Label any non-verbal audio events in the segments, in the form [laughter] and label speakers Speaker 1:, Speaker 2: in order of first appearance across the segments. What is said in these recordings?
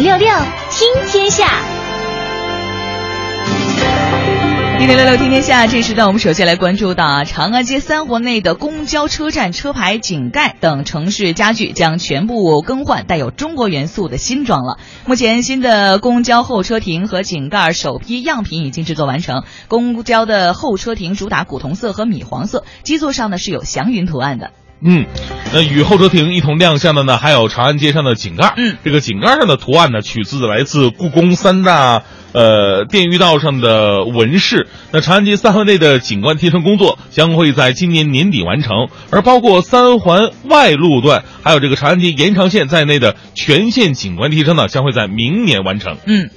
Speaker 1: 六六听天下。
Speaker 2: 一零六六听天下，这时段我们首先来关注到啊，长安街三环内的公交车站车牌、井盖等城市家具将全部更换带有中国元素的新装了。目前，新的公交候车亭和井盖首批样品已经制作完成。公交的候车亭主打古铜色和米黄色，基座上呢是有祥云图案的。
Speaker 3: 嗯，那与候车亭一同亮相的呢，还有长安街上的井盖。
Speaker 2: 嗯，
Speaker 3: 这个井盖上的图案呢，取自来自故宫三大呃殿御道上的纹饰。那长安街三环内的景观提升工作将会在今年年底完成，而包括三环外路段，还有这个长安街延长线在内的全线景观提升呢，将会在明年完成。
Speaker 2: 嗯。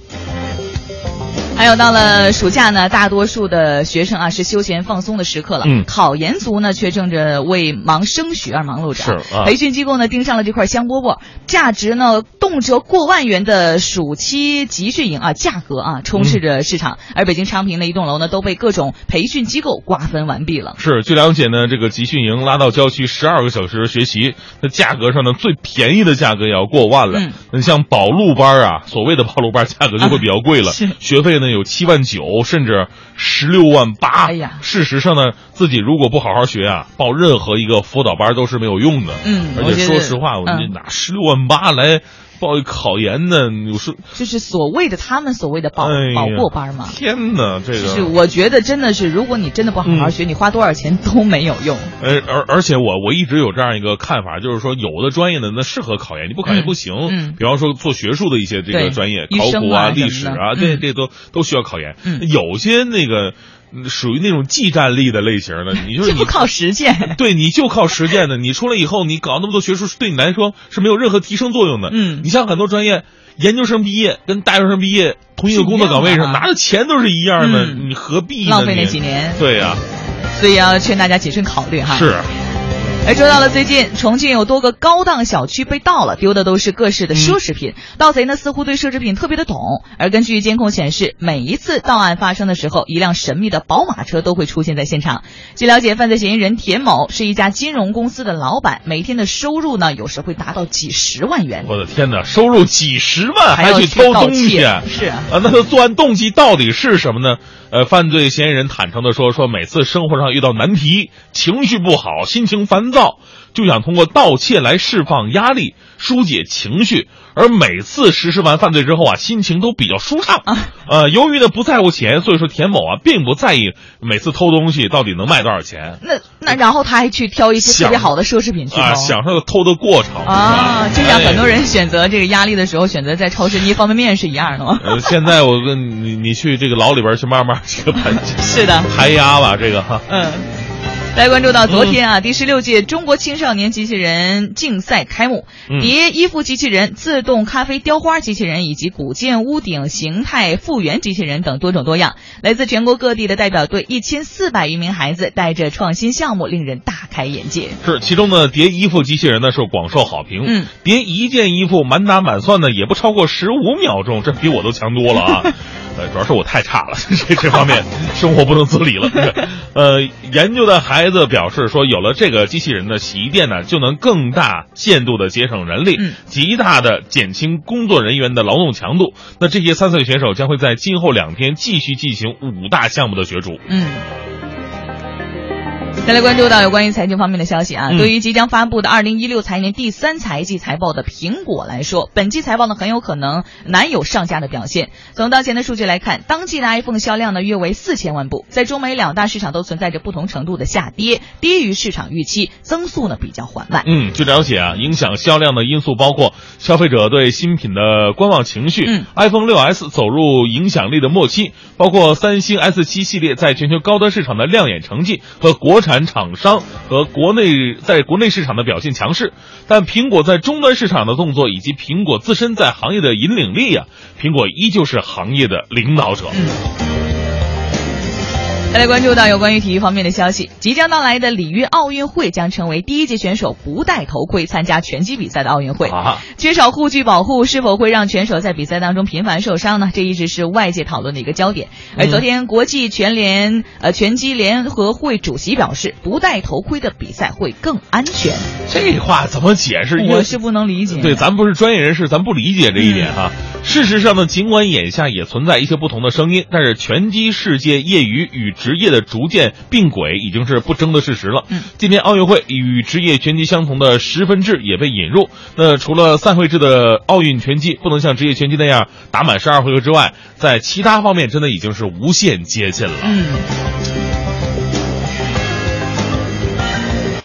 Speaker 2: 还有到了暑假呢，大多数的学生啊是休闲放松的时刻了。
Speaker 3: 嗯
Speaker 2: 考研族呢却正着为忙升学而忙碌着。
Speaker 3: 是啊
Speaker 2: 培训机构呢盯上了这块香饽饽，价值呢动辄过万元的暑期集训营啊，价格啊充斥着市场。
Speaker 3: 嗯
Speaker 2: 而北京昌平的一栋楼呢都被各种培训机构瓜分完毕了。
Speaker 3: 是，据了解呢，这个集训营拉到郊区十二个小时学习，那价格上呢，最便宜的价格也要过万了。
Speaker 2: 嗯
Speaker 3: 那像保路班啊，所谓的保路班价格就会比较贵了，
Speaker 2: 啊 [laughs] 是
Speaker 3: 学费呢有七万九，甚至十六万八。
Speaker 2: 哎呀
Speaker 3: 事实上呢，自己如果不好好学啊，报任何一个辅导班都是没有用的。
Speaker 2: 嗯
Speaker 3: 而
Speaker 2: 我觉
Speaker 3: 且说
Speaker 2: 得
Speaker 3: 实话，我
Speaker 2: 嗯
Speaker 3: 这拿十六万八来报一考研呢，有时
Speaker 2: 就是所谓的他们所谓的保、
Speaker 3: 哎呀
Speaker 2: 保过班嘛。
Speaker 3: 天哪，这个
Speaker 2: 啊就是我觉得真的是，如果你真的不好好
Speaker 3: 嗯
Speaker 2: 学，你花多少钱都没有用。
Speaker 3: 而呃而而且我我一直有这样一个看法，就是说有的专业呢，那适合考研，你不考研
Speaker 2: 嗯
Speaker 3: 不行。
Speaker 2: 嗯
Speaker 3: 比方说做学术的一些这个
Speaker 2: 对
Speaker 3: 专业，
Speaker 2: 医
Speaker 3: 考
Speaker 2: 生
Speaker 3: 古
Speaker 2: 啊
Speaker 3: 历史
Speaker 2: 什么的
Speaker 3: 啊，
Speaker 2: 嗯
Speaker 3: 这这都都需要考研。
Speaker 2: 嗯
Speaker 3: 有些那个嗯属于那种技战力的类型
Speaker 2: [laughs]
Speaker 3: 的，你就是
Speaker 2: 这
Speaker 3: 你
Speaker 2: 不靠实
Speaker 3: [laughs]
Speaker 2: 践。
Speaker 3: 对，你就靠实践的。你出来以后，你搞那么多学术，对你来说是没有任何提升作用的。
Speaker 2: 嗯
Speaker 3: 你像很多专业，研究生毕业跟大学生毕业同一个
Speaker 2: 是一
Speaker 3: 工作
Speaker 2: 样
Speaker 3: 岗位
Speaker 2: 的
Speaker 3: 上
Speaker 2: 啊
Speaker 3: 拿的钱都是一样的，
Speaker 2: 嗯
Speaker 3: 你何必呢
Speaker 2: 浪费那
Speaker 3: 你
Speaker 2: 几年
Speaker 3: 对呀、
Speaker 2: 所以要劝大家谨慎考虑哈。。
Speaker 3: 是。啊
Speaker 2: 而说到了最近，重庆有多个高档小区被盗了，丢的都是各式的奢侈
Speaker 3: 嗯
Speaker 2: 品。盗贼呢似乎对奢侈品特别的懂，而根据监控显示，每一次盗案发生的时候，一辆神秘的宝马车都会出现在现场。据了解，犯罪嫌疑人田某是一家金融公司的老板，每天的收入呢有时会达到几十万元。
Speaker 3: 我的天哪，收入几十万
Speaker 2: 要
Speaker 3: 去
Speaker 2: 去
Speaker 3: 偷
Speaker 2: 盗
Speaker 3: 东西，
Speaker 2: 窃
Speaker 3: 啊，
Speaker 2: 是啊。
Speaker 3: 那他作案动机到底是什么呢？呃，犯罪嫌疑人坦诚的说，说每次生活上遇到难题，情绪不好，心情烦躁，就想通过盗窃来释放压力，疏解情绪。而每次实施完犯罪之后啊，心情都比较舒畅。
Speaker 2: 啊
Speaker 3: 呃，由于呢不在乎钱，所以说田某啊并不在意每次偷东西到底能卖多少钱
Speaker 2: 那那然后他还去挑一些特别好的奢侈品去
Speaker 3: 啊，
Speaker 2: 偷。
Speaker 3: 享受偷的过程
Speaker 2: 啊，就像
Speaker 3: 哎
Speaker 2: 很多人选择这个压力的时候，选择在超市捏方便面是一样
Speaker 3: [laughs]
Speaker 2: 的吗？
Speaker 3: 呃，现在我跟你，你去这个牢里边去慢慢这个盘
Speaker 2: 是的，
Speaker 3: [laughs] 排压吧，这个哈。
Speaker 2: 嗯。来关注到昨天
Speaker 3: 嗯
Speaker 2: 啊，第十六届中国青少年机器人竞赛开幕，
Speaker 3: 嗯
Speaker 2: 叠衣服机器人、自动咖啡雕花机器人以及古建屋顶形态复原机器人等多种多样，来自全国各地的代表队一千四百余名孩子带着创新项目，令人大开眼界。
Speaker 3: 是，其中呢，叠衣服机器人呢是广受好评。
Speaker 2: 嗯，
Speaker 3: 叠一件衣服满打满算呢也不超过十五秒钟，这比我都强多了
Speaker 2: [laughs]
Speaker 3: 啊。呃，主要是我太差了， [laughs] 这这方面生活不能自理了。 [laughs] 呃，研究的孩子表示说，有了这个机器人的洗衣店呢，就能更大限度的节省人力，
Speaker 2: 嗯
Speaker 3: 极大的减轻工作人员的劳动强度。那这些参赛选手将会在今后两天继续进行五大项目的角逐。
Speaker 2: 嗯。再来关注到有关于财经方面的消息啊，
Speaker 3: 嗯
Speaker 2: 对于即将发布的二零一六财年第三财季财报的苹果来说，本季财报呢很有可能难有上佳的表现。从当前的数据来看，当季的 iPhone 销量呢约为四千万部，在中美两大市场都存在着不同程度的下跌，低于市场预期，增速呢比较缓慢。
Speaker 3: 嗯，据了解啊，影响销量的因素包括消费者对新品的观望情绪、
Speaker 2: 嗯
Speaker 3: iPhone 6s 走入影响力的末期，包括三星 S 7系列在全球高端市场的亮眼成绩和国产厂商和国内在国内市场的表现强势。但苹果在终端市场的动作以及苹果自身在行业的引领力啊，苹果依旧是行业的领导
Speaker 2: 嗯
Speaker 3: 者。
Speaker 2: 再来关注到有关于体育方面的消息，即将到来的里约奥运会将成为第一届选手不戴头盔参加拳击比赛的奥运会。
Speaker 3: 啊，
Speaker 2: 缺少护具保护是否会让选手在比赛当中频繁受伤呢？这一直是外界讨论的一个焦点。而昨天，国际拳联呃拳击联合会主席表示，不戴头盔的比赛会更安全。
Speaker 3: 这话怎么解释？因为
Speaker 2: 我是不能理解。嗯
Speaker 3: 对，咱不是专业人士，咱不理解这一点哈、事实上呢，尽管眼下也存在一些不同的声音，但是拳击世界业余与职业的逐渐并轨已经是不争的事实了。
Speaker 2: 嗯
Speaker 3: 今年奥运会与职业拳击相同的十分制也被引入。那除了赛会制的奥运拳击不能像职业拳击那样打满十二回合之外，在其他方面真的已经是无限接近了。
Speaker 2: 嗯，